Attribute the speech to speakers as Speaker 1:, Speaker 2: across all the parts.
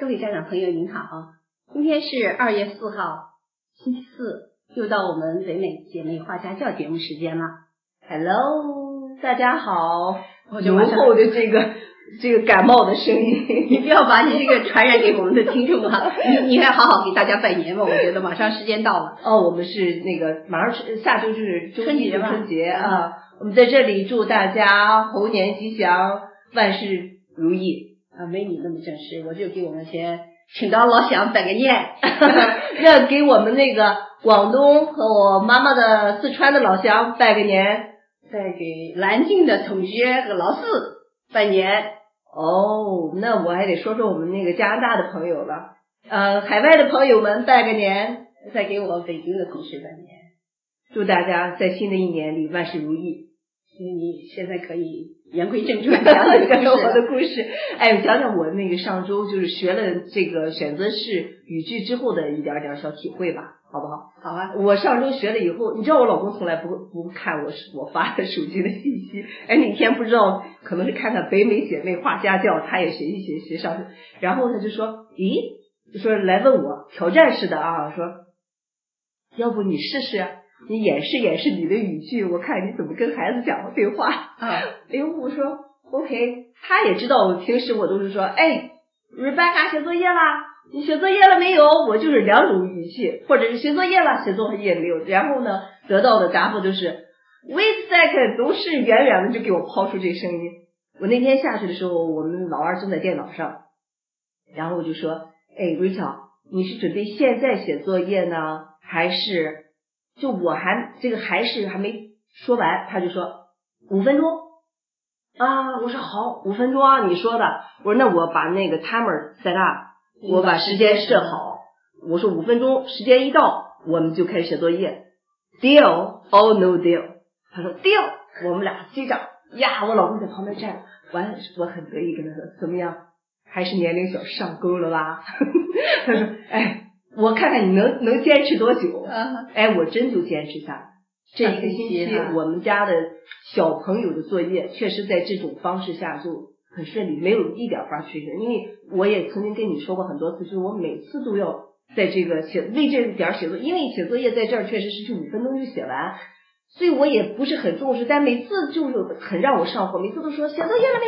Speaker 1: 各位家长朋友您好，啊今天是二月四号，星期四，又到我们北美姐妹话家教节目时间了。Hello，
Speaker 2: 大家好，
Speaker 1: 我就马
Speaker 2: 浓
Speaker 1: 上，
Speaker 2: 厚的这个 这个感冒的声
Speaker 1: 你
Speaker 2: 音，
Speaker 1: 不要把你这个传染给我们的听众哈， 你你还好好给大家拜年吧，我觉得马上时间到了。
Speaker 2: 哦，我们是那个马上是下周就是中
Speaker 1: 春
Speaker 2: 秋
Speaker 1: 节吧
Speaker 2: 春节啊，我们在这里祝大家猴年吉祥，万事如意。
Speaker 1: 啊，没你那么正式，我就给我们先请到老乡拜个年。
Speaker 2: 要给我们那个广东和我妈妈的四川的老乡拜个年
Speaker 1: 再给南京的同学和老师拜年。
Speaker 2: 哦，那我还得说说我们那个加拿大的朋友了，呃，海外的朋友们拜个年，
Speaker 1: 再给我北京的同事拜年。
Speaker 2: 祝大家在新的一年里万事如意。
Speaker 1: 所以你现在可以言归正 传，讲你的故事
Speaker 2: 我
Speaker 1: 了。
Speaker 2: 的 故事。哎，我讲讲我那个上周就是学了这个选择式语句之后的一点儿点儿小体会吧，好不好？
Speaker 1: 好啊，
Speaker 2: 我上周学了以后，你知道我老公从来不不看我是我发的手机的信息。 哎，那天不知道可能是看看北美姐妹话家教，他也学一学学上去，然后他就说，咦，就说来问我挑战式的啊，说，要不你试试啊，你演示演示你的语句，我看你怎么跟孩子讲话对话。
Speaker 1: 啊，
Speaker 2: 哎呦，我说 OK，他也知道我平时我都是说，哎，Rebecca 写作业啦，你写作业了没有？我就是两种语气，或者是写作业了，写作业没有。然后呢，得到的答复就是 Wait a second，总是远远的就给我抛出这声音。我那天下去的时候，我们老二正在电脑上，然后我就说，哎，Rachel，你是准备现在写作业呢，还是就我还这个还是还没说完，他就说五分钟。啊，我说好，五分钟啊，你说的。我说那我把那个 timer set up，我把时间设好。我说五分钟，时间一到，我们就开始写作业。Deal or no deal？他说 deal，我们俩击掌。呀，我老公在旁边站着，完我很得意跟他说怎么样，还是年龄小上钩了吧？ 他说哎，我看看你能能坚持多久。
Speaker 1: 啊，
Speaker 2: 哎，我真就坚持下来。这一个星
Speaker 1: 上星期
Speaker 2: 期
Speaker 1: 哈，
Speaker 2: 我们家的小朋友的作业确实在这种方式下就很顺利，没有一点儿发缺因为我也曾经跟你说过很多次，就是我每次都要在这个写为这点儿写作，因为写作业在这儿确实是就五分钟就写完，所以我也不是很重视，但每次就是很让我上火，每次都说写作业了没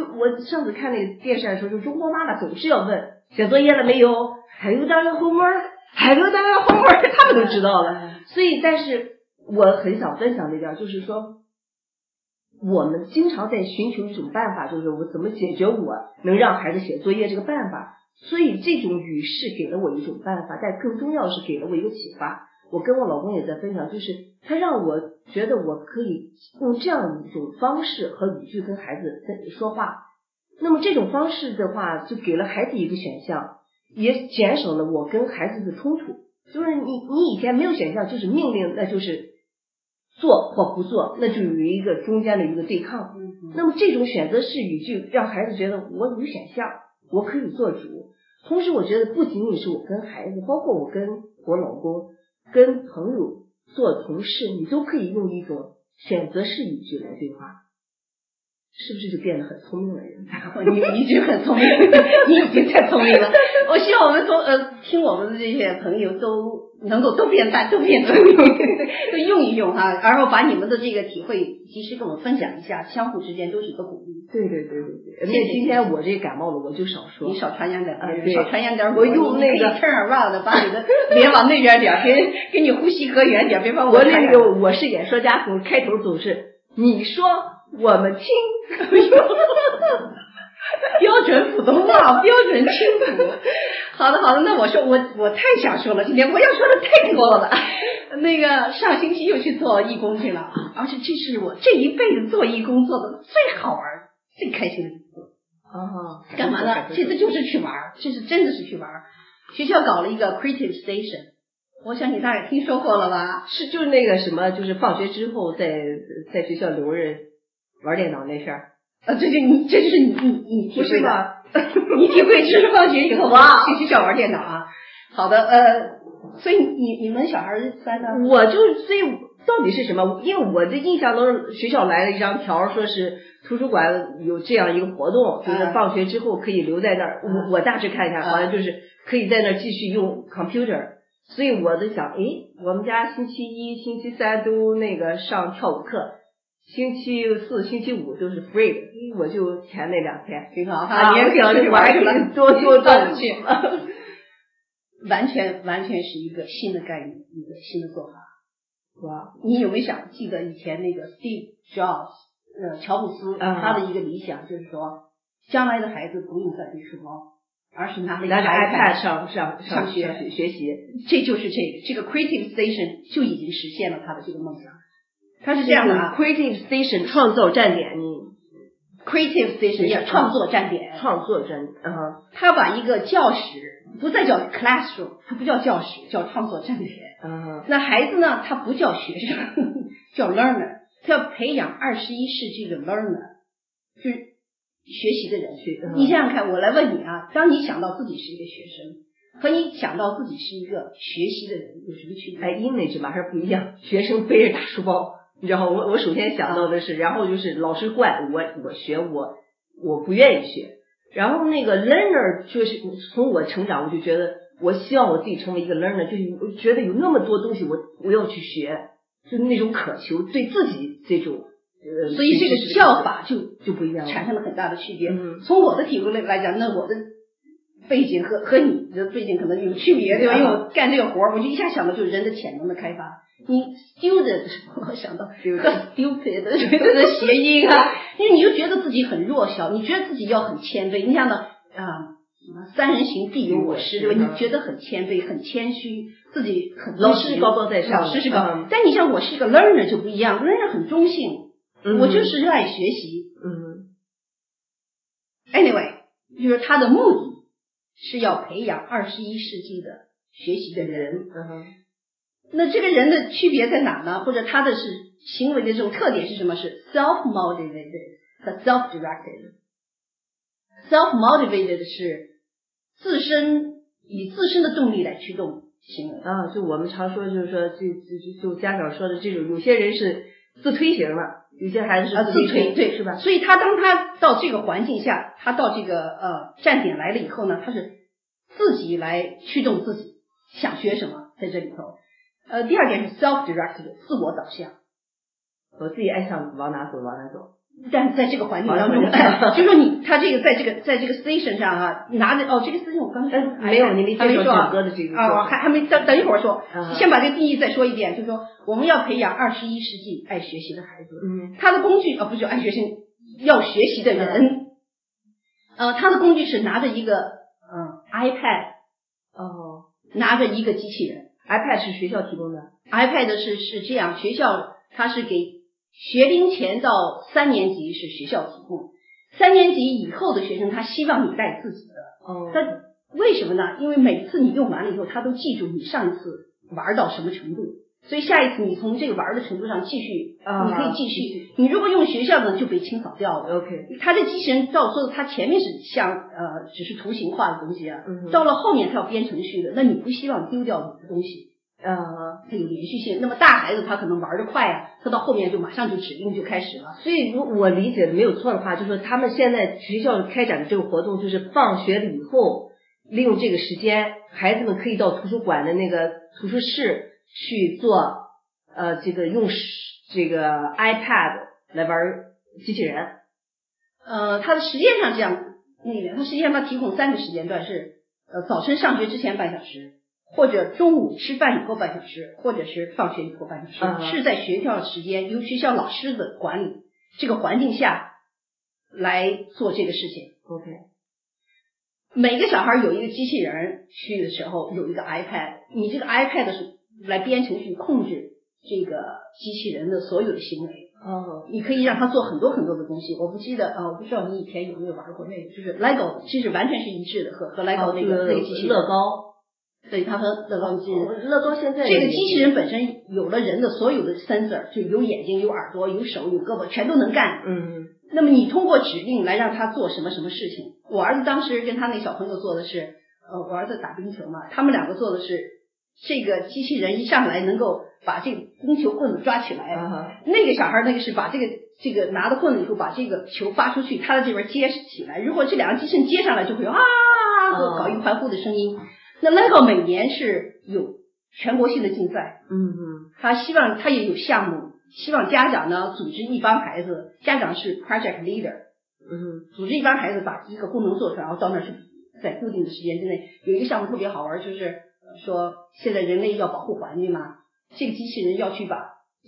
Speaker 2: 有。就我上次看那个电视上说，就中国妈妈总是要问写作业了没有，Have you done your homework？Have you done your homework？他们都知道了。
Speaker 1: 了。
Speaker 2: 所以，但是我很想分享的一点就是说，我们经常在寻求一种办法，就是我怎么解决我能让孩子写作业这个办法。所以这种语式给了我一种办法，但更重要的是给了我一个启发。我跟我老公也在分享，就是他让我觉得我可以用这样一种方式和语句跟孩子在说话。那么这种方式的话，就给了孩子一个选项，也减少了我跟孩子的冲突。就是你你以前没有选项，就是命令，那就是做或不做，那就有一个中间的一个对抗。
Speaker 1: 嗯，
Speaker 2: 那么这种选择式语句让孩子觉得我有选项，我可以做主。同时，我觉得不仅仅是我跟孩子，包括我跟我老公、跟朋友、做同事，你都可以用一种选择式语句来对话，是不是就变得很聪明了人？
Speaker 1: 你你已经很聪明， 你已经太聪明了。我希望我们从呃听我们的这些朋友都能够都变大，都变聪明， 都用一用哈、然后把你们的这个体会及时跟我们分享一下，相互之间都是一个鼓励。
Speaker 2: 对对对对
Speaker 1: 谢
Speaker 2: 对。那
Speaker 1: 谢
Speaker 2: 今天我这感冒了，我就少说。
Speaker 1: 你少传染点别
Speaker 2: 啊
Speaker 1: 人，
Speaker 2: 对
Speaker 1: 少传染点
Speaker 2: 我用那个
Speaker 1: 你可以 turn around，把你的脸往那边点儿，跟跟你呼吸隔远点儿，别把
Speaker 2: 我
Speaker 1: 传染
Speaker 2: 那个我是演说家，总开头总是你说我们听，
Speaker 1: 标准普通话，标准清楚。好的，好的，那我说我我太想说了，今天我要说的太多了。那个上星期又去做义工去了，啊而且这是我这一辈子做义工做的最好玩儿、最开心的一次。
Speaker 2: 哦，
Speaker 1: 啊干嘛呢？这次就是去玩儿，这是真的是去玩儿。学校搞了一个 creative station，我想你大概听说过了吧？
Speaker 2: 是就是那个什么，就是放学之后在在学校留着玩电脑那事儿，
Speaker 1: 呃，这就你这就是你你你体
Speaker 2: 不是
Speaker 1: 会的。
Speaker 2: 吧？
Speaker 1: 你体会是放学以后
Speaker 2: 哇
Speaker 1: 去学校玩啊电脑啊。好的，呃，所以你你们小孩儿三呢？
Speaker 2: 我就所以到底是什么？因为我的印象都是学校来了一张条儿，说是图书馆有这样一个活动，就是
Speaker 1: 嗯
Speaker 2: 放学之后可以留在那儿。
Speaker 1: 嗯
Speaker 2: 我我大致看一下，
Speaker 1: 嗯
Speaker 2: 好像就是可以在那儿继续用 computer。所以我就想，诶，我们家星期一、星期三都那个上跳舞课，星期四、星期五都是 free 的，诶我就填那两天。
Speaker 1: 挺好
Speaker 2: 啊
Speaker 1: 哈，你也
Speaker 2: 我
Speaker 1: 可以
Speaker 2: 想
Speaker 1: 出去
Speaker 2: 着
Speaker 1: 玩
Speaker 2: 我还
Speaker 1: 去
Speaker 2: 可以
Speaker 1: 了，
Speaker 2: 多多
Speaker 1: 到
Speaker 2: 动
Speaker 1: 处去，完全完全是一个新的概念，一个新的做法。
Speaker 2: 哇，
Speaker 1: 你有没有想记得以前那个 Steve Jobs，呃，乔布斯、
Speaker 2: 啊
Speaker 1: 他的一个理想就是说，将来的孩子不用再背书包，而是拿着一个
Speaker 2: 拿着
Speaker 1: iPad
Speaker 2: iPad 上上
Speaker 1: 上学
Speaker 2: 学学习，
Speaker 1: 这就是这个这个 Creative Station 就已经实现了他的这个梦想。他是这样的啊
Speaker 2: c r e a t i v e Station 创造站点，你
Speaker 1: ，Creative Station 也创作站点，
Speaker 2: 创作站啊、哈
Speaker 1: 他把一个教室不再叫 classroom，它不叫教室，叫创作站点。
Speaker 2: 啊、
Speaker 1: 那孩子呢，他不叫学生， 叫 learner，他要培养二十一世纪的 learner，就是学习的人。
Speaker 2: 学啊
Speaker 1: 你想想看，我来问你啊，当你想到自己是一个学生，和你想到自己是一个学习的人有什么区别？
Speaker 2: 哎，image 嘛还是不一样，学生背着大书包，你知道我我首先想到的是，然后就是老师惯我我学我我不愿意学，然后那个 learner 就是从我成长我就觉得我希望我自己成为一个 learner，就有我觉得有那么多东西我我要去学，就那种渴求对自己这种，呃，
Speaker 1: 所以这
Speaker 2: 对自
Speaker 1: 个
Speaker 2: 己
Speaker 1: 叫法就
Speaker 2: 就不一样了，
Speaker 1: 产生了很大的区别。
Speaker 2: 嗯
Speaker 1: 从我的体会来讲，那我的背景和和你的背景可能有区别，对吧？
Speaker 2: 嗯
Speaker 1: 因为我干这个活儿，我就一下想到就是人的潜能的开发。你 student，我想到
Speaker 2: Student
Speaker 1: stupid 这个谐音 啊，因为你就觉得自己很弱小，你觉得自己要很谦卑。你想到啊，什么三人行必有我师，对吧？
Speaker 2: 嗯
Speaker 1: 你觉得很谦卑、很谦虚，自己很
Speaker 2: 老师高高在上
Speaker 1: 老师是高
Speaker 2: 嗯。
Speaker 1: 但你像我是一个 learner 就不一样，learner 很中性，
Speaker 2: 嗯
Speaker 1: 我就是热爱学习。
Speaker 2: 嗯
Speaker 1: Anyway，就是他的目的是要培养二十一世纪的学习的人。
Speaker 2: 嗯哼。
Speaker 1: 那这个人的区别在哪呢？或者他的是行为的这种特点是什么？是 self motivated 和 self directed。self motivated 是自身以自身的动力来驱动行为，
Speaker 2: 啊，就我们常说，就是说，就就就就家长说的这种，有些人是自推型了，有些孩子
Speaker 1: 啊，
Speaker 2: 是
Speaker 1: 自
Speaker 2: 推
Speaker 1: 推对
Speaker 2: 是吧？
Speaker 1: 所以他当他到这个环境下，他到这个呃站点来了以后呢，他是自己来驱动自己想学什么在这里头。呃，第二点是 self-directed 自我导向，
Speaker 2: 我自己爱想往哪走往哪走。
Speaker 1: 但在这个环境当中，
Speaker 2: 好 像
Speaker 1: 就说你他这个在这个在这个 station 上啊，拿着哦这个 station 我刚才
Speaker 2: 但哎没有，你没
Speaker 1: 还
Speaker 2: 介
Speaker 1: 没
Speaker 2: 绍
Speaker 1: 说啊
Speaker 2: 整个的这个
Speaker 1: 啊，
Speaker 2: 过
Speaker 1: 还
Speaker 2: 程。
Speaker 1: 还没等等一会儿说
Speaker 2: 啊，
Speaker 1: 先把这个定义再说一遍，就是说我们要培养二十一世纪爱学习的孩子。
Speaker 2: 嗯
Speaker 1: 他的工具啊，不是爱学生要学习的人，呃，他的工具是拿着一个嗯 iPad，
Speaker 2: 哦
Speaker 1: 拿着一个机器人。
Speaker 2: ，iPad 是学校提供的。
Speaker 1: iPad 是是这样，学校它是给学龄前到三年级是学校提供，三年级以后的学生他希望你带自己的，
Speaker 2: 哦
Speaker 1: 他为什么呢？因为每次你用完了以后，他都记住你上一次玩到什么程度。所以下一次你从这个玩的程度上继续，
Speaker 2: 啊
Speaker 1: 你可以继续。哦你如果用学校的就被清扫掉了。
Speaker 2: OK，
Speaker 1: 它这机器人照说的，它前面是像呃只是图形化的东西啊，
Speaker 2: 嗯哼
Speaker 1: 到了后面它要编程序的，那你不希望丢掉你的东西，
Speaker 2: 啊，
Speaker 1: 它有连续性。那么大孩子他可能玩的快啊，他到后面就马上就指令就开始了。
Speaker 2: 所以如我理解的没有错的话，就是说他们现在学校开展的这个活动，就是放学了以后，利用这个时间，孩子们可以到图书馆的那个图书室去做，呃，这个用是这个 iPad 来玩机器人。
Speaker 1: 呃，它的时间上这样那个，它实际上它提供三个时间段是呃早晨上学之前半小时。或者中午吃饭以后半小时，或者是放学以后半小时，
Speaker 2: 嗯
Speaker 1: 是在学校时间由学校老师的管理这个环境下来做这个事情。
Speaker 2: OK，
Speaker 1: 每个小孩有一个机器人去的时候有一个 iPad，你这个 iPad 是来编程去控制这个机器人的所有的行为，
Speaker 2: 哦，
Speaker 1: 你可以让他做很多很多的东西。我不记得啊，我不知道你以前有没有玩过那个，就是 LEGO，其实完全是一致的，和和 LEGO 那个、那个机器人，
Speaker 2: 乐高，
Speaker 1: 对，它和乐高机器人。
Speaker 2: 乐高现在
Speaker 1: 这哦个机器人本身有了人的所有的 sensor，就有眼睛、有耳朵、有手、有胳膊，全都能干。
Speaker 2: 嗯，
Speaker 1: 那么你通过指令来让他做什么什么事情？我儿子当时跟他那小朋友做的是，呃，我儿子打冰球嘛，他们两个做的是，这个机器人一上来能够把这个供球棍子抓起来，
Speaker 2: 啊哈，
Speaker 1: 那个小孩儿那个是把这个这个拿到棍子以后把这个球发出去，他在这边接起来。如果这两个机器人接上来，就会有啊和搞一欢呼的声音。那 LEGO 每年是有全国性的竞赛，
Speaker 2: 嗯嗯
Speaker 1: 他希望他也有项目，希望家长呢组织一帮孩子，家长是 project leader，
Speaker 2: 嗯
Speaker 1: 组织一帮孩子把一个功能做出来，然后到那儿去比，在固定的时间之内。有一个项目特别好玩，就是呃说现在人类要保护环境嘛，这个机器人要去把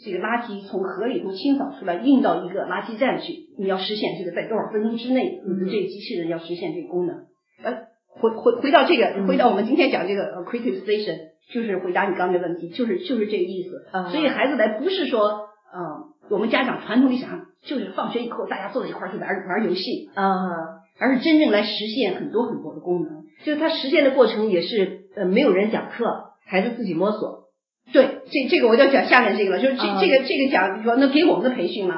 Speaker 1: 这个垃圾从河里头清扫出来，运到一个垃圾站去。你要实现这个，在多少分钟之内，
Speaker 2: 嗯
Speaker 1: 你的这个机器人要实现这个功能。呃，回回回到这个，
Speaker 2: 嗯
Speaker 1: 回到我们今天讲这个呃 creative station，就是回答你刚才的问题，就是就是这个意思。
Speaker 2: 啊
Speaker 1: 所以孩子来不是说，呃，我们家长传统里想就是放学以后大家坐在一块儿去玩玩游戏，
Speaker 2: 啊哈，
Speaker 1: 而是真正来实现很多很多的功能。
Speaker 2: 就是他实践的过程也是呃没有人讲课，孩子自己摸索。
Speaker 1: 对，这这个我就讲下面这个了，就是这、
Speaker 2: 啊
Speaker 1: 这个这个讲说那给我们的培训了，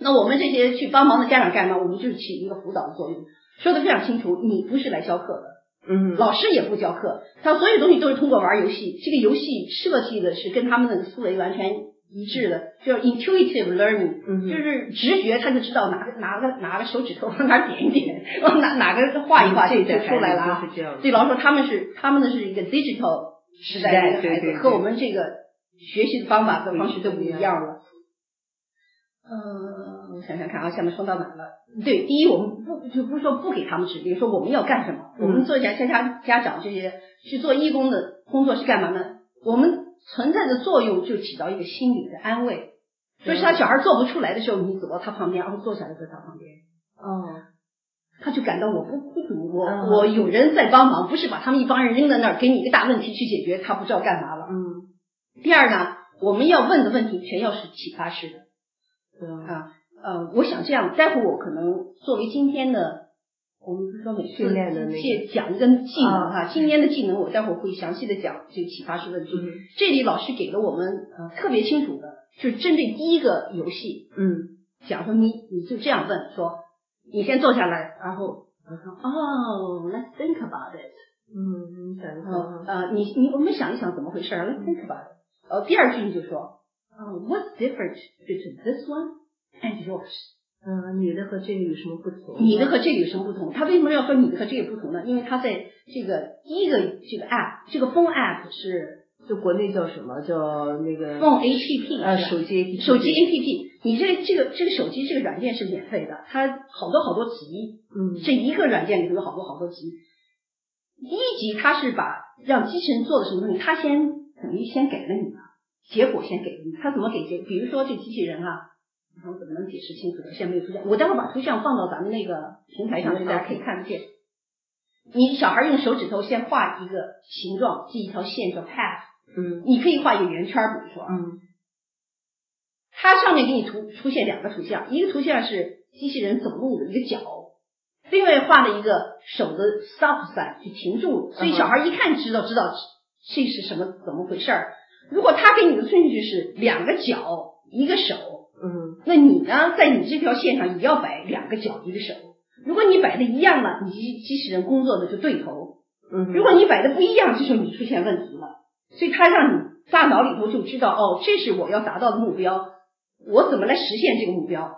Speaker 1: 那我们这些去帮忙的家长干嘛？我们就是起一个辅导的作用。说的非常清楚，你不是来教课的，
Speaker 2: 嗯
Speaker 1: 老师也不教课，他所有东西都是通过玩游戏。这个游戏设计的是跟他们的思维完全一致的，就是 intuitive learning，、
Speaker 2: 嗯哼
Speaker 1: 就是直觉，他就知道哪个哪个哪个手指头往哪儿点一点， 往哪哪个画一画就
Speaker 2: 嗯这
Speaker 1: 就出来了啊。
Speaker 2: 就是这样。
Speaker 1: 对，老师说他们是他们的是一个 digital 时代的一个孩
Speaker 2: 时代对对
Speaker 1: 子，
Speaker 2: 对
Speaker 1: 和我们这个学习的方法和方式都
Speaker 2: 不
Speaker 1: 不
Speaker 2: 一
Speaker 1: 一
Speaker 2: 样
Speaker 1: 样了。呃，我想想看啊，下面说到哪了？对，第一，我们不就不是说不给他们指令，说我们要干什么？我
Speaker 2: 嗯
Speaker 1: 们做家家家家长这些去做义工的工作是干嘛呢？我们存在的作用就起到一个心理的安慰。所
Speaker 2: 嗯
Speaker 1: 以，他小孩做不出来的时候，你走到他旁边，然后坐下来在他旁边，
Speaker 2: 哦，
Speaker 1: 他就感到我不孤独，我、
Speaker 2: 嗯
Speaker 1: 我有人在帮忙，不是把他们一帮人扔在那儿，给你一个大问题去解决，他不知道干嘛了。
Speaker 2: 嗯，
Speaker 1: 第二呢，我们要问的问题全要是启发式的。
Speaker 2: 对啊，
Speaker 1: 呃，我想这样，待会儿我可能作为今天的，我们不是说每次
Speaker 2: 训练的那个啊
Speaker 1: 借讲一个技能哈、今天的技能我待会儿会详细的讲这个启发式问题。
Speaker 2: 嗯
Speaker 1: 这里老师给了我们呃特别清楚的，就是针对第一个游戏，
Speaker 2: 嗯
Speaker 1: 讲说你你就这样问说，你先坐下来，然后我说哦，let's think about it，
Speaker 2: 嗯，你想一
Speaker 1: 嗯
Speaker 2: 想，
Speaker 1: 呃，你你我们想一想怎么回事儿，let's think about it。呃，第二句你就说，啊、w h a t s different between this one and yours？
Speaker 2: 嗯，你的和这个有什么不同？
Speaker 1: 你的和这个有什么不同？他为什么要说你的和这个不同呢？因为他在这个第一个这个 app，这个 phone app 是
Speaker 2: 就国内叫什么叫那个
Speaker 1: phone app，
Speaker 2: 呃
Speaker 1: 是吧
Speaker 2: 手机 APP
Speaker 1: 手机 APP，你这这个这个手机这个软件是免费的，它好多好多集，
Speaker 2: 嗯
Speaker 1: 这一个软件里头有好多好多集。第一集它是把让机器人做的什么东西，它先等于先给了你了，结果先给了你。它怎么给结？比如说这机器人啊，我怎么能解释清楚呢？现在没有图像，我待会儿把图像放到咱们那个平台上去，大家可以看得见。你小孩用手指头先画一个形状，这一条线叫 path，
Speaker 2: 嗯
Speaker 1: 你可以画一个圆圈儿，比如说啊，
Speaker 2: 嗯
Speaker 1: 它上面给你图出现两个图像，一个图像是机器人走路的一个脚，另外画了一个手的 stop sign 就停住了，所以小孩一看知道知道这是什么怎么回事儿。如果他给你的顺序是两个脚一个手，
Speaker 2: 嗯
Speaker 1: 那你呢，在你这条线上也要摆两个脚一个手。如果你摆的一样了，你机机器人工作的就对头；
Speaker 2: 嗯，
Speaker 1: 如果你摆的不一样，这时候你出现问题了。所以它让你大脑里头就知道，哦，这是我要达到的目标，我怎么来实现这个目标？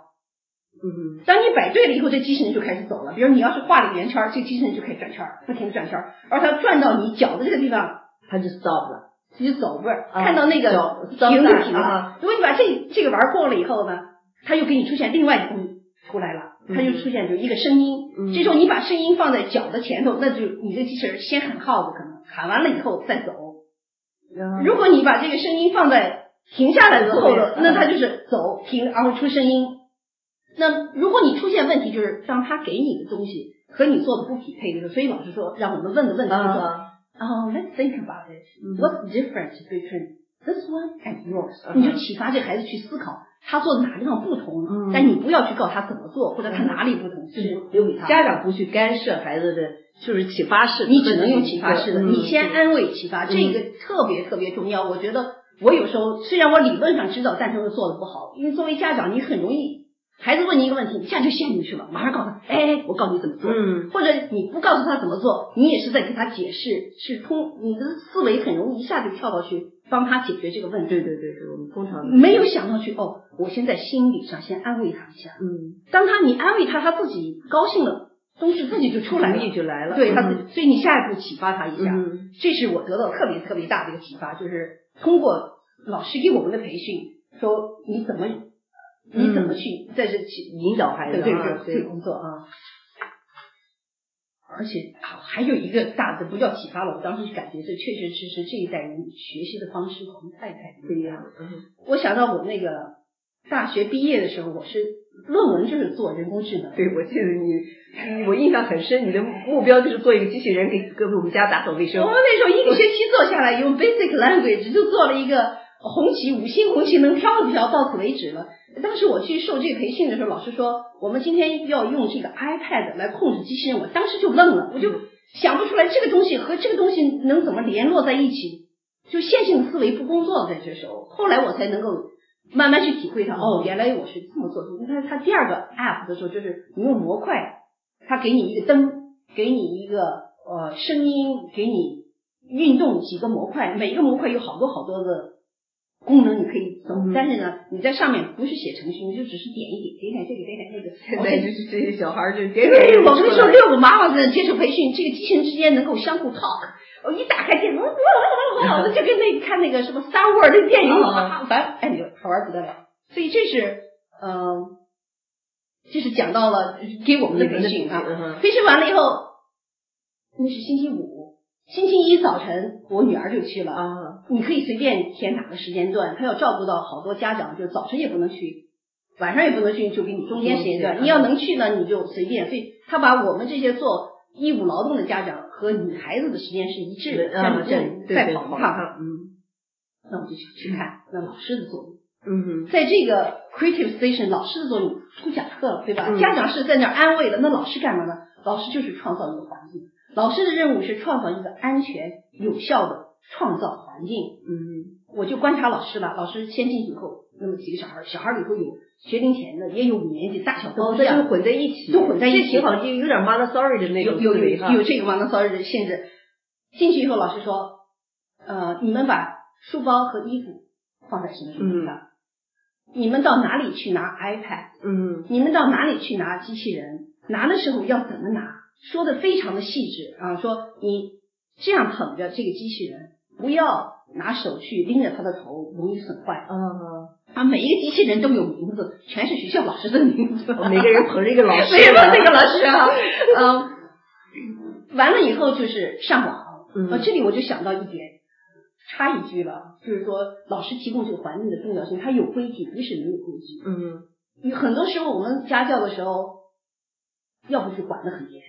Speaker 2: 嗯
Speaker 1: 当你摆对了以后，这机器人就开始走了。比如你要是画了个圆圈儿，这机器人就开始转圈儿，不停地转圈儿，而它转到你脚的这个地方，
Speaker 2: 他就 stop 了，
Speaker 1: 自己走味儿，
Speaker 2: 啊
Speaker 1: 看到那个
Speaker 2: 走
Speaker 1: 停
Speaker 2: 走
Speaker 1: 就
Speaker 2: 散
Speaker 1: 停了
Speaker 2: 啊。
Speaker 1: 如果你把这这个玩儿过了以后呢，它又给你出现另外一个东西出来了，
Speaker 2: 嗯
Speaker 1: 它就出现就一个声音。
Speaker 2: 嗯
Speaker 1: 这时候你把声音放在脚的前头，那就你这机器人先喊号子，可能喊完了以后再走。
Speaker 2: 嗯
Speaker 1: 如果你把这个声音放在停下来的后头，
Speaker 2: 对
Speaker 1: 那它就是走停，然后出声音。那如果你出现问题，就是当他给你的东西和你做的不匹配的时候，所以老师说让我们问的问题是说，
Speaker 2: 啊
Speaker 1: 哦，let's think about it.
Speaker 2: 嗯
Speaker 1: What's different between this one and yours？
Speaker 2: 嗯
Speaker 1: 你就启发这孩子去思考他做的哪地方不同
Speaker 2: 嗯，
Speaker 1: 但你不要去告诉他怎么做或者他哪里不同，就是留给他。
Speaker 2: 家长不去干涉孩子的，就是启发式，
Speaker 1: 你只能用启发式的，
Speaker 2: 嗯
Speaker 1: 你先安慰启发，
Speaker 2: 嗯
Speaker 1: 这个特别特别重要。我觉得我有时候虽然我理论上知道，但是我做的不好，因为作为家长，你很容易孩子问你一个问题，你一下就陷进去了，马上告诉他，哎，我告诉你怎么做。
Speaker 2: 嗯
Speaker 1: 或者你不告诉他怎么做，你也是在给他解释，是通你的思维很容易一下就跳到去帮他解决这个问题。
Speaker 2: 对对对对，我们通常
Speaker 1: 没有想到去哦，我先在心理上先安慰他一下。
Speaker 2: 嗯，
Speaker 1: 当他你安慰他，他自己高兴了，东西自己就出来
Speaker 2: 力
Speaker 1: 了。
Speaker 2: 就来了，
Speaker 1: 对他
Speaker 2: 他
Speaker 1: 自己，所以你下一步启发他一下，
Speaker 2: 嗯
Speaker 1: 这是我得到特别特别大的一个启发，就是通过老师给我们的培训，说你怎么你
Speaker 2: 嗯
Speaker 1: 怎么去在这起
Speaker 2: 引导孩子
Speaker 1: 对
Speaker 2: 啊，
Speaker 1: 对对
Speaker 2: 对
Speaker 1: 对工作啊。而且啊，还有一个大的不叫启发了，我当时感觉这确确实实这一代人学习的方式好像太太
Speaker 2: 不一样
Speaker 1: 了。，
Speaker 2: 嗯
Speaker 1: 我想到我那个大学毕业的时候，我是论文就是做人工智能，
Speaker 2: 对，我记得你，你我印象很深，你的目标就是做一个机器人，给给我们家打扫卫生
Speaker 1: 我。们那时候一个学期做下来，用 basic language 就做了一个红旗五星红旗能飘一飘，到此为止了。当时我去受这个培训的时候，老师说我们今天要用这个 iPad 来控制机器人，我当时就愣了，我就
Speaker 2: 嗯
Speaker 1: 想不出来这个东西和这个东西能怎么联络在一起，就线性思维不工作了。在这时候，后来我才能够慢慢去体会它。哦，原来我是这么做的。你看它第二个 app 的时候，就是你用模块，它给你一个灯，给你一个呃声音，给你运动几个模块，每一个模块有好多好多的功能你可以走，
Speaker 2: 嗯
Speaker 1: 但是呢，你在上面不是写程序，你就只是点一点，点点这个，点点那个。
Speaker 2: 现
Speaker 1: 我
Speaker 2: 在
Speaker 1: 在
Speaker 2: 就是这些小孩儿就给
Speaker 1: 对， 我跟你说，六个妈妈在接受培训，这个机器人之间能够相互 talk。我一打开电嗯脑，哇哇哇哇，我就跟那个看那个什么《Star Wars》那电影，
Speaker 2: 啊
Speaker 1: 啊，反正哎呦，好玩不得了。所以这是，嗯、这是讲到了给我们的培训啊。
Speaker 2: 啊，
Speaker 1: 培训完了以后，那是星期五，星期一早晨我女儿就去了。
Speaker 2: 啊，
Speaker 1: 你可以随便填哪个时间段，她要照顾到好多家长，就早晨也不能去，晚上也不能去，就给你中间时间段。
Speaker 2: 嗯
Speaker 1: 你要能去呢，你就随便。所以她把我们这些做义务劳动的家长和女孩子的时间是一致的，
Speaker 2: 啊，
Speaker 1: 像你这
Speaker 2: 对
Speaker 1: 再
Speaker 2: 对，
Speaker 1: 跑一趟，
Speaker 2: 趟，嗯
Speaker 1: 那我就想去看那老师的作用。
Speaker 2: 嗯
Speaker 1: 在这个 creative station，老师的作用出讲课了，对吧？
Speaker 2: 嗯
Speaker 1: 家长是在那儿安慰了，那老师干嘛呢？老师就是创造一个环境，老师的任务是创造一个安全、有效的创造环境。
Speaker 2: 嗯
Speaker 1: 我就观察老师了，老师先进去以后，那么几个小孩儿，小孩儿里头有学龄前的，也有五年级，大小都
Speaker 2: 哦，
Speaker 1: 不一
Speaker 2: 这就
Speaker 1: 样，
Speaker 2: 混在一起，
Speaker 1: 啊都混在一起
Speaker 2: 这挺好，就有点 Montessori 的那
Speaker 1: 有
Speaker 2: 种
Speaker 1: 有
Speaker 2: 思
Speaker 1: 有
Speaker 2: 维哈。
Speaker 1: 有这个 Montessori 的限制。进去以后，老师说，呃，你们把书包和衣服放在什么什么地方，你们到哪里去拿 iPad。
Speaker 2: 嗯
Speaker 1: 你们到哪里去拿机器人？拿的时候要怎么拿？说的非常的细致啊，说你这样捧着这个机器人，不要拿手去拎着它的头，容易损坏
Speaker 2: 啊，
Speaker 1: 啊。每一个机器人都有名字，全是学校老师的名字，
Speaker 2: 哦每个人捧着一个老师，
Speaker 1: 没有那个老师 啊，嗯， 完了以后就是上网。呃，
Speaker 2: 嗯
Speaker 1: 这里我就想到一点，插一句了，就是说老师提供这个环境的重要性，它有规矩，不是没有规矩。
Speaker 2: 嗯
Speaker 1: 很多时候我们家教的时候，要不就管得很严，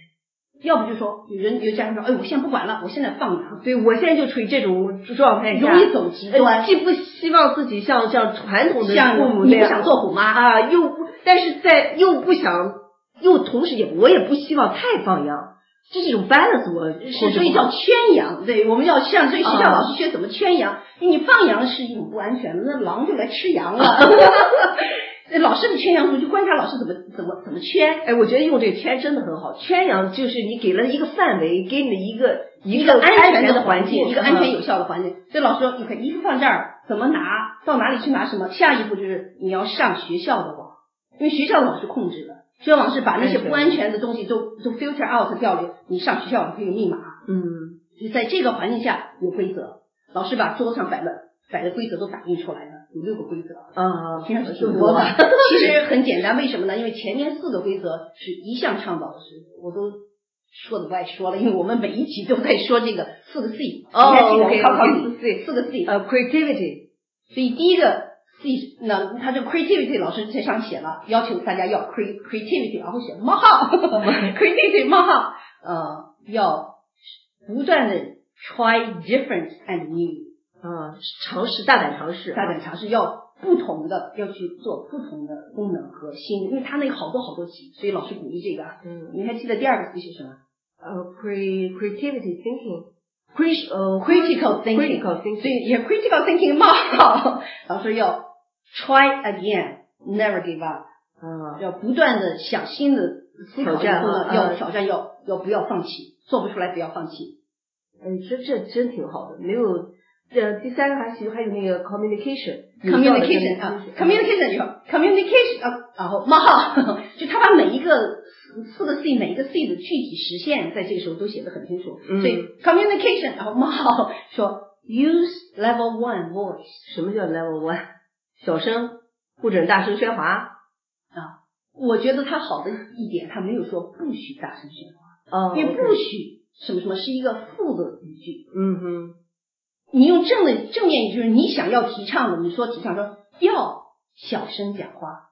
Speaker 1: 要不就说有人有家长说，哎，我现在不管了，我现在放养，
Speaker 2: 对我现在就处于这种状态下，
Speaker 1: 容易走极
Speaker 2: 呃
Speaker 1: 端，
Speaker 2: 既不希望自己像像传统的
Speaker 1: 像
Speaker 2: 父母
Speaker 1: 你
Speaker 2: 那
Speaker 1: 不
Speaker 2: 样
Speaker 1: 想做虎妈，
Speaker 2: 啊，又不，但是在又不想，又同时也我也不希望太放羊，这是一种 balance，我
Speaker 1: 是所以叫圈养，对，我们要向所以学校
Speaker 2: 啊
Speaker 1: 老师学怎么圈养，因为你放羊是一种不安全的，那狼就来吃羊 了。老师的圈养，我们就观察老师怎么怎么怎么圈，
Speaker 2: 哎，我觉得用这个圈真的很好，圈养就是你给了一个范围，给你的一个
Speaker 1: 一
Speaker 2: 个
Speaker 1: 个
Speaker 2: 安
Speaker 1: 安
Speaker 2: 全
Speaker 1: 全
Speaker 2: 的
Speaker 1: 的
Speaker 2: 环
Speaker 1: 环
Speaker 2: 境，嗯
Speaker 1: 境，一个安全
Speaker 2: 有
Speaker 1: 有效的环境。所以老师说，你看衣服放这儿，怎么拿，到哪里去拿什么？下一步就是你要上学校的网，因为学校的网是控制的，学校网是把那
Speaker 2: 哎
Speaker 1: 些不安全的东西都都 filter out 掉了。你上学校网它有密码，
Speaker 2: 嗯
Speaker 1: 就在这个环境下有规则。老师把桌子上摆的摆的规则都打印出来了，有六个规则。
Speaker 2: 啊，
Speaker 1: 听上去
Speaker 2: 这
Speaker 1: 挺
Speaker 2: 么
Speaker 1: 多
Speaker 2: 多
Speaker 1: 的
Speaker 2: 吧，
Speaker 1: 其实很简单，为什么呢？因为前面四个规则是一向倡导的，是我都说的不爱说了，因为我们每一集都在说这个四个 C。
Speaker 2: 哦
Speaker 1: 你还记得我
Speaker 2: OK，
Speaker 1: 考考
Speaker 2: OK，
Speaker 1: 你
Speaker 2: 四 C
Speaker 1: 四个 C。
Speaker 2: 呃，creativity，
Speaker 1: 所以第一个 C，那他这 creativity 老师在上写了，要求大家要 cre creativity，然后写冒号 creativity 冒号，呃，要不断的 try different and new。
Speaker 2: 啊，尝试大胆尝试，
Speaker 1: 大胆尝试，要不同的，要去做不同的功能和新，因为它那个好多好多集，所以老师鼓励这个啊。
Speaker 2: 嗯，
Speaker 1: 你还记得第二个 C 是什么
Speaker 2: 呃，cre creativity thinking，cre 呃
Speaker 1: ？critical thinking，
Speaker 2: critical thinking，
Speaker 1: 所以也 critical thinking 冒号，老师要 try again，never give up，
Speaker 2: 啊，
Speaker 1: 要不断的想新的思考
Speaker 2: 挑战
Speaker 1: 以后呢
Speaker 2: 啊
Speaker 1: 要
Speaker 2: 嗯
Speaker 1: 挑战，要要不要放弃，做不出来不要放弃。
Speaker 2: 呃哎，这这真挺好的，没有这第三个还是还有那个 communication 有效的
Speaker 1: communication 啊
Speaker 2: communication 呃
Speaker 1: ，communication 有 communication 啊，然后冒号， 就他把每一个四个 C 每一个 C 的具体实现，在这个时候都写的很清楚。
Speaker 2: 嗯
Speaker 1: 所以 communication 然后冒号说 use level one voice
Speaker 2: 什么叫 level one？小声不准大声喧哗。
Speaker 1: 啊，我觉得它好的一点，它没有说不许大声喧哗，
Speaker 2: 哦，
Speaker 1: 因为
Speaker 2: OK
Speaker 1: 不许什么什么是一个负的语句，
Speaker 2: 嗯哼，
Speaker 1: 你用正的正面语句，就是你想要提倡的，你说提倡说要小声讲话，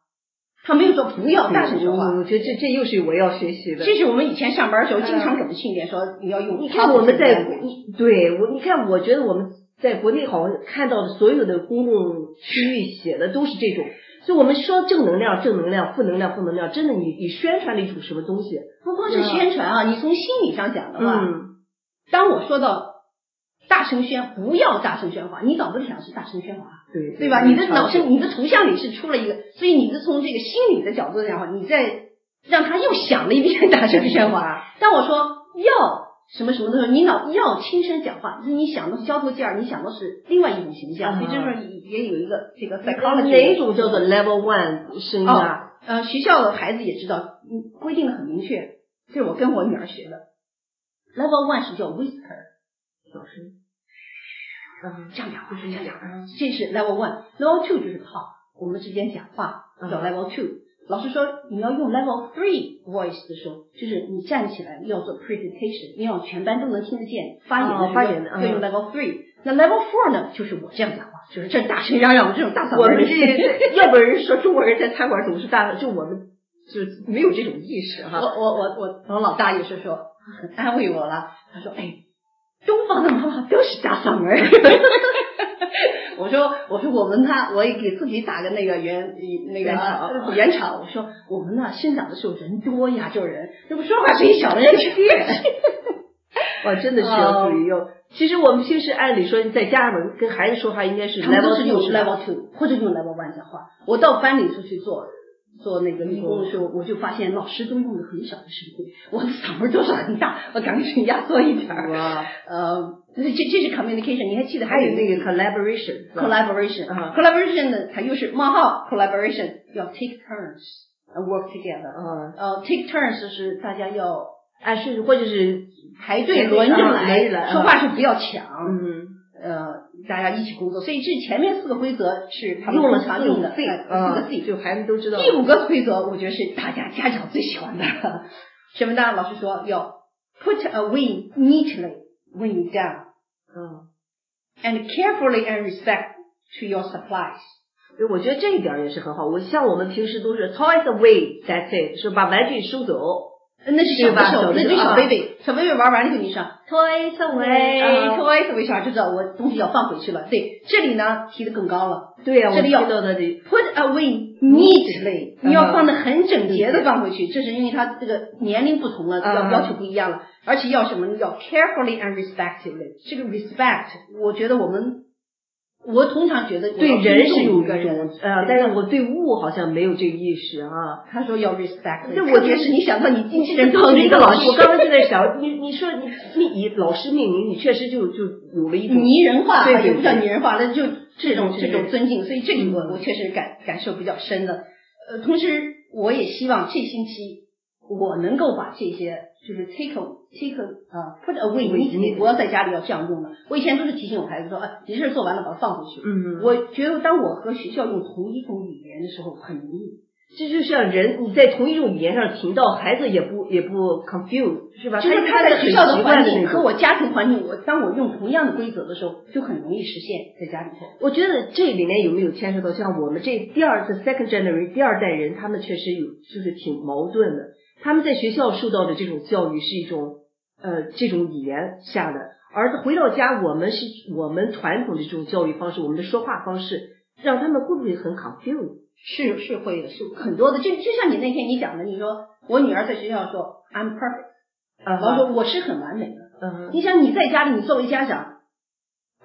Speaker 1: 他没有说不要大声说话。
Speaker 2: 我我觉得这这又是我要学习的。嗯
Speaker 1: 这是我们以前上班的时候经常给我们训练说，你要用
Speaker 2: 你
Speaker 1: 他
Speaker 2: 看
Speaker 1: 的
Speaker 2: 我们
Speaker 1: 语
Speaker 2: 在
Speaker 1: 言
Speaker 2: 国，你对我，你看我觉得我们在国内好像看到的所有的公共区域写的都是这种，所以我们说正能量、正能量、负能量、负能量，真的你你宣传了一种什么东西？
Speaker 1: 不光是宣传啊，你从心理上讲的话，
Speaker 2: 嗯，
Speaker 1: 当我说到大声喧，不要大声喧哗，你脑子里想的是大声喧哗，
Speaker 2: 对
Speaker 1: 对吧？你的脑
Speaker 2: 声
Speaker 1: 声，你的图像里是出了一个，所以你是从这个心理的角度讲话，你再让他又想了一遍大声喧哗。
Speaker 2: 哗，
Speaker 1: 当我说要什么什么的时候，你脑要轻声讲话，你想的是交头接耳，你想的是另外一种形象，
Speaker 2: 啊
Speaker 1: 所以这时候也有一个这个 psychology 哦
Speaker 2: 哪种叫做 level one 声音啊？
Speaker 1: 呃，学校的孩子也知道，嗯，规定的很明确。这是我跟我女儿学的。Level one 是叫 whisper，
Speaker 2: 小声，嗯，
Speaker 1: 这样讲话，这样讲话，这是 level one。Level two 就是 talk，我们之间讲话叫
Speaker 2: 嗯
Speaker 1: level two。老师说你要用 level three voice 的时候，就是你站起来要做 presentation，你要全班都能听得见发言的时候，
Speaker 2: 哦发言的嗯
Speaker 1: 要用 level three。那 level four 呢，就是我这样讲话，就是这大声嚷嚷，我这种大嗓门
Speaker 2: 我
Speaker 1: 儿
Speaker 2: 们
Speaker 1: 的
Speaker 2: 这要不然人说中国人在餐馆总是大，就我们就没有这种意识
Speaker 1: 我
Speaker 2: 哈。
Speaker 1: 我我我我老大也是说很安慰我了，他说哎，东方的妈妈都是大嗓门儿。 我说我说我们呢，我也给自己打个那个圆那个
Speaker 2: 圆啊场
Speaker 1: 呃圆场。我说我们呢生长的时候人多亚洲人，这不说话声音小的人低。
Speaker 2: 哇，真的是要注意要。其实我们平时按理说在家里面跟孩子说话应该 是
Speaker 1: 他们都是
Speaker 2: level
Speaker 1: 用
Speaker 2: two 是吧
Speaker 1: level two 或者用 level one 讲话。我到班里出去做做那个义工的时候，我就发现老师都用的很小的声音，我的嗓门儿都是很大，我赶紧压缩一点儿。
Speaker 2: 哇，
Speaker 1: 呃，这这这是 communication，你还记得
Speaker 2: 还有那
Speaker 1: 那
Speaker 2: 个 collaboration 嗯是吧
Speaker 1: collaboration，collaboration
Speaker 2: 啊
Speaker 1: 呢，它又是冒号 collaboration，要 take turns and work together。
Speaker 2: 嗯，
Speaker 1: 呃，take turns 是大家要
Speaker 2: 按顺序或者啊是
Speaker 1: 排队
Speaker 2: 排队
Speaker 1: 轮着
Speaker 2: 啊轮着
Speaker 1: 来，
Speaker 2: 来
Speaker 1: 说话是不要抢，
Speaker 2: 嗯
Speaker 1: 呃，大家一起工作。所以这前面四个规则是他们
Speaker 2: 用了嗯
Speaker 1: 通常
Speaker 2: 四
Speaker 1: 用
Speaker 2: 个啊
Speaker 1: 的，
Speaker 2: C
Speaker 1: 哎四个 C
Speaker 2: 就孩子都知道
Speaker 1: 第五个规则，我觉得是大家家长最喜欢的，什么呢？老师说要 put away neatly when you down。
Speaker 2: 嗯，
Speaker 1: and carefully and respect to your supplies。
Speaker 2: 对我觉得这一点也是很好。我像我们平时都是 toys away that's it，是把玩具收走
Speaker 1: 那是小
Speaker 2: 对吧
Speaker 1: 的时候，
Speaker 2: 小的
Speaker 1: 那
Speaker 2: 时
Speaker 1: 对
Speaker 2: 候
Speaker 1: 小
Speaker 2: 啊
Speaker 1: baby，小 baby 玩完了以后，你说
Speaker 2: toys away，
Speaker 1: toys away 啥，就知道我东西要放回去了。对，这里呢提的更高了
Speaker 2: 对啊呀，
Speaker 1: 这
Speaker 2: 我们
Speaker 1: 里
Speaker 2: 听
Speaker 1: 要
Speaker 2: 到的这
Speaker 1: ，put away neatly，
Speaker 2: 嗯
Speaker 1: 你要放的很整洁的放回去，这是因为他这个年龄不同了，
Speaker 2: 嗯
Speaker 1: 要要求不一样了，而且要什么呢？要 carefully and respectively。这个 respect，我觉得我们，我通常觉得我
Speaker 2: 对
Speaker 1: 要
Speaker 2: 人
Speaker 1: 尊
Speaker 2: 是
Speaker 1: 重
Speaker 2: 有
Speaker 1: 一个人，
Speaker 2: 呃，但是我对物好像没有这个意识啊。
Speaker 1: 他说要 respect，
Speaker 2: 这我
Speaker 1: 特别是你想到你经纪人
Speaker 2: 作
Speaker 1: 碰
Speaker 2: 为
Speaker 1: 见
Speaker 2: 一
Speaker 1: 一
Speaker 2: 个
Speaker 1: 个
Speaker 2: 老
Speaker 1: 老
Speaker 2: 师，
Speaker 1: 师，
Speaker 2: 我刚才就在想，你你说你你以老师命名，你确实就就有了一种
Speaker 1: 拟人化，
Speaker 2: 对对
Speaker 1: 也不叫拟人化，那就这种
Speaker 2: 对
Speaker 1: 这
Speaker 2: 对
Speaker 1: 种尊敬，所以这个我
Speaker 2: 嗯
Speaker 1: 我确实感感受比较深的。呃，同时我也希望这星期我能够把这些就是 take a, take a, 呃 put away，
Speaker 2: Away，
Speaker 1: 你你
Speaker 2: 嗯
Speaker 1: 不要在家里要这样用了。我以前都是提醒我孩子说，哎，你事儿做完了把它放回去。
Speaker 2: 嗯，
Speaker 1: 我觉得当我和学校用同一种语言的时候，很容易
Speaker 2: 这就像人你在同一种语言上听到，孩子也不也不 confuse 是吧？
Speaker 1: 就是
Speaker 2: 啊他
Speaker 1: 他在学
Speaker 2: 很
Speaker 1: 校的
Speaker 2: 习
Speaker 1: 环
Speaker 2: 惯的
Speaker 1: 境
Speaker 2: 那
Speaker 1: 和
Speaker 2: 种。
Speaker 1: 我家庭环境，我当我用同样的规则的时候，就很容易实现在家里头。
Speaker 2: 我觉得这里面有没有牵涉到像我们这第二次 second generation 第二代人，他们确实有就是挺矛盾的。他们在学校受到的这种教育是一种呃这种语言下的，而回到家我们是我们传统的这种教育方式，我们的说话方式，让他们会不会很 confused？
Speaker 1: 是是会的，是很多的。就就像你那天你讲的，你说我女儿在学校说 I'm perfect，然
Speaker 2: 啊
Speaker 1: 后说我是很完美的。
Speaker 2: 嗯
Speaker 1: 你想你在家里，你作为家长，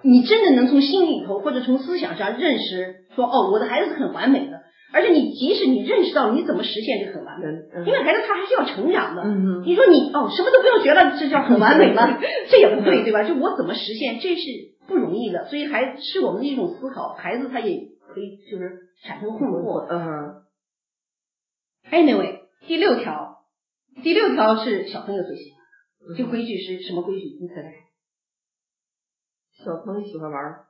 Speaker 1: 你真的能从心里头或者从思想上认识说哦，我的孩子是很完美的。而且你即使你认识到你怎么实现这个很完美，
Speaker 2: 嗯嗯
Speaker 1: 因为孩子他还是要成长的。
Speaker 2: 嗯
Speaker 1: 你说你哦什么都不用学了，这叫很完美了，这也不对，对吧？就我怎么实现，这是不容易的，所以还是我们的一种思考，孩子他也可以就是产生困惑。
Speaker 2: 嗯，
Speaker 1: Anyway，第六条，第六条是小朋友最喜欢，这
Speaker 2: 就会
Speaker 1: 规矩是什么规矩？你可来，
Speaker 2: 小朋友喜欢玩儿，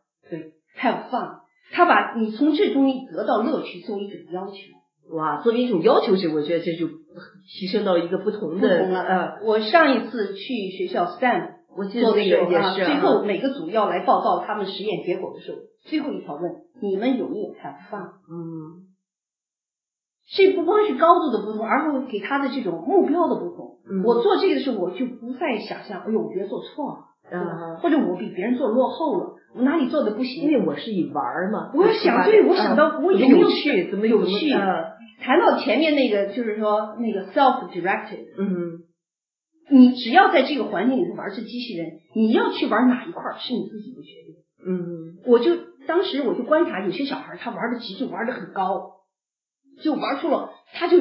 Speaker 1: 还有放，他把你从这中得到乐趣作为一种要求。
Speaker 2: 哇，作为一种要求是，我觉得这就提升到一个不同
Speaker 1: 不
Speaker 2: 的，
Speaker 1: 同了
Speaker 2: 呃，
Speaker 1: 我上一次去学校 STEM
Speaker 2: 我记得
Speaker 1: 做
Speaker 2: 那个
Speaker 1: 的时候
Speaker 2: 也
Speaker 1: 啊，
Speaker 2: 是
Speaker 1: 最
Speaker 2: 啊，
Speaker 1: 后每个组要来报告他们实验结果的时候，最后一条问你们有没有看放？
Speaker 2: 嗯
Speaker 1: 这不光是高度的不同，而后给他的这种目标的不同。
Speaker 2: 嗯，
Speaker 1: 我做这个的时候，我就不再想象，哎呦，我觉得做错了，
Speaker 2: 啊，
Speaker 1: 或者我比别人做落后了，我哪里做的不
Speaker 2: 因
Speaker 1: 行？
Speaker 2: 为我是以玩儿嘛，
Speaker 1: 我想对我想到我有
Speaker 2: 嗯有
Speaker 1: 没有
Speaker 2: 趣，怎么
Speaker 1: 有
Speaker 2: 怎么
Speaker 1: 趣
Speaker 2: 呃
Speaker 1: 谈到前面那个，就是说那个 self-directed，
Speaker 2: 嗯
Speaker 1: 你只要在这个环境里头玩是机器人，你要去玩哪一块儿是你自己的决定。
Speaker 2: 嗯
Speaker 1: 我就当时我就观察有些小孩儿他玩的极致，玩的很高，就玩出了他就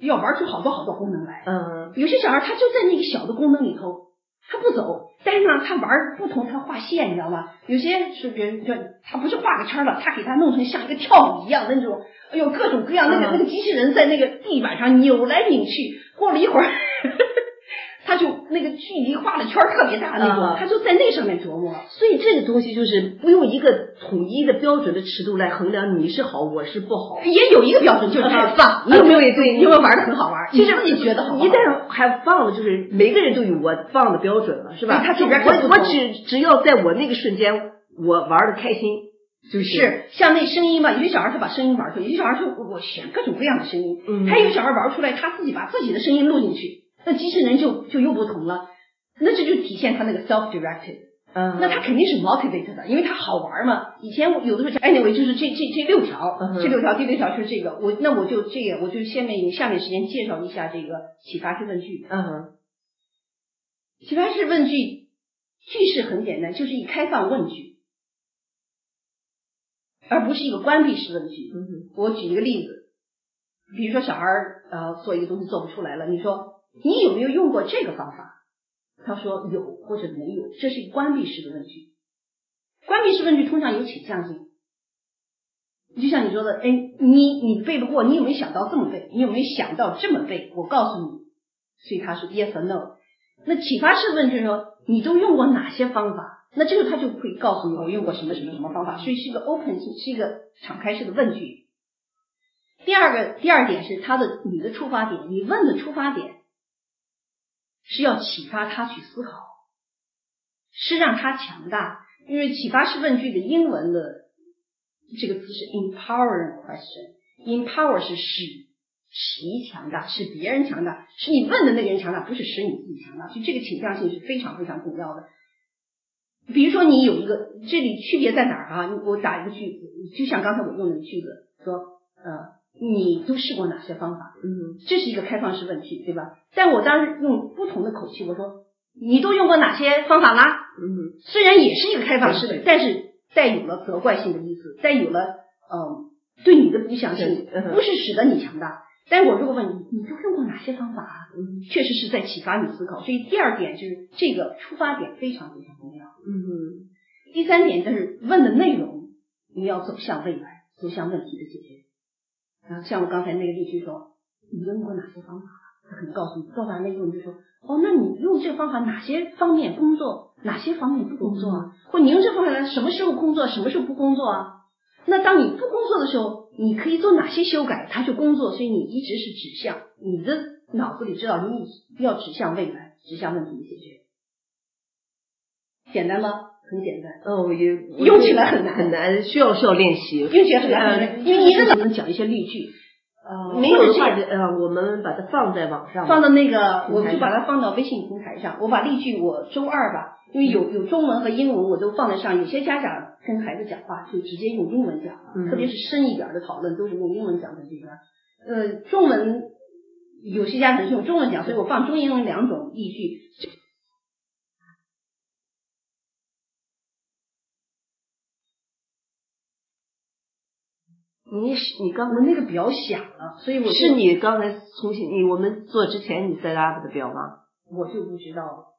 Speaker 1: 要玩出好多好多功能来。
Speaker 2: 嗯
Speaker 1: 有些小孩儿他就在那个小的功能里头，他不走，但是呢他玩儿不同，他画线，你知道吗？有些是比如说他不是画个圈儿了，他给他弄成像一个跳舞一样的那种，哎呦各种各样，那个
Speaker 2: 嗯
Speaker 1: 那个机器人在那个地板上扭来扭去，过了一会儿。 他就那个距离画的圈儿特别大那种
Speaker 2: 嗯，
Speaker 1: 他就在那上面琢磨。
Speaker 2: 所以这个东西就是不用一个统一的标准的尺度来衡量你是好，我是不 好。
Speaker 1: 也有一个标准，就是太
Speaker 2: 嗯
Speaker 1: 放。 你有
Speaker 2: 啊
Speaker 1: 没有也对？你有没有玩的很好玩？
Speaker 2: 其实
Speaker 1: 你自己觉得好玩，
Speaker 2: 一旦还放了，就是每个人都有我放的标准了，是吧？
Speaker 1: 对他
Speaker 2: 就
Speaker 1: 自己
Speaker 2: 我
Speaker 1: 认可不
Speaker 2: 我
Speaker 1: 同
Speaker 2: 只只要在我那个瞬间，我玩的开心就行。
Speaker 1: 是像那声音嘛，有些小孩他把声音玩出来，有些小孩说我我选各种各样的声音，
Speaker 2: 嗯，
Speaker 1: 还有小孩玩出来他自己把自己的声音录进去，那机器人就就又不同了。那这就体现他那个 self-directed，
Speaker 2: 嗯，
Speaker 1: 那他肯定是 motivated 的，因为他好玩嘛。以前我有的时候就 anyway 就是这这这六条
Speaker 2: 嗯，哼
Speaker 1: 这六条第六条是这个，我那我就这个我就下面有下面时间介绍一下这个启发式问句。
Speaker 2: 嗯
Speaker 1: 启发式问句句式很简单，就是以开放问句，而不是一个关闭式问句。
Speaker 2: 嗯
Speaker 1: 我举一个例子，比如说小孩儿呃做一个东西做不出来了，你说你有没有用过这个方法？他说有或者没有，这是一个关闭式的问句。关闭式问句通常有倾向性，就像你说的，哎，你你背不过，你有没有想到这么背？你有没有想到这么背？我告诉你，所以他是 yes or no。那启发式问句说，你都用过哪些方法？那这个他就会告诉你，我用过什么什么什么方法，所以是一个 open，是一个敞开式的问句。第二个第二点是他的你的出发点，你问的出发点是要启发他去思考，是让他强大。因为启发式问句的英文的这个词是 empowering question，empower 是使谁强大，使别人强大，使你问的那个人强大，不是使你自己强大。所以这个倾向性是非常非常重要的。比如说，你有一个这里区别在哪儿啊？我打一个句子，就像刚才我用的句子说，呃，你都试过哪些方法？
Speaker 2: 嗯
Speaker 1: 这是一个开放式问题，对吧？但我当时用不同的口气，我说你都用过哪些方法啦？
Speaker 2: 嗯
Speaker 1: 虽然也是一个开放式
Speaker 2: 对
Speaker 1: 的，但是带有了责怪性的意思，带有了嗯对你的不相信
Speaker 2: 对嗯，哼
Speaker 1: 不是使得你强大。但是我如果问你，你都用过哪些方法啊？
Speaker 2: 嗯
Speaker 1: 确实是在启发你思考。所以第二点就是这个出发点非常非常重要。
Speaker 2: 嗯
Speaker 1: 第三点就是问的内容，你要走向未来，走向问题的解决。啊，像我刚才那个例句说，你用过哪些方法？他可能告诉你，做完了以后你就说，哦，那你用这方法哪些方面工作，哪些方面不工作啊？或你用这方面什么时候工作，什么时候不工作啊？那当你不工作的时候，你可以做哪些修改？它是工作，所以你一直是指向你的脑子里知道你要指向未来，指向问题的解决。简单吗？很简单。
Speaker 2: 嗯，我也我
Speaker 1: 用起来很难
Speaker 2: 很难，需要需要练习。
Speaker 1: 因为觉得很难，因为你能不能讲一些例句？
Speaker 2: 呃
Speaker 1: 呃
Speaker 2: 没有的
Speaker 1: 或
Speaker 2: 话，
Speaker 1: 者
Speaker 2: 就呃，我们把它放在网上。
Speaker 1: 放到那个，我
Speaker 2: 平台
Speaker 1: 就
Speaker 2: 上
Speaker 1: 把它放到微信平台上。我把例句我周二吧，因为有有中文和英文我都放在上。有些家长跟孩子讲话就直接用英文讲，
Speaker 2: 嗯
Speaker 1: 特别是深一点的讨论都是用英文讲在这边。呃，中文有些家长是用中文讲，所以我放中英文两种例句。
Speaker 2: 你是你刚
Speaker 1: 我那个表响了，所以我就是
Speaker 2: 你刚才从你我们做之前你在拉的表吗？
Speaker 1: 我就不知道了。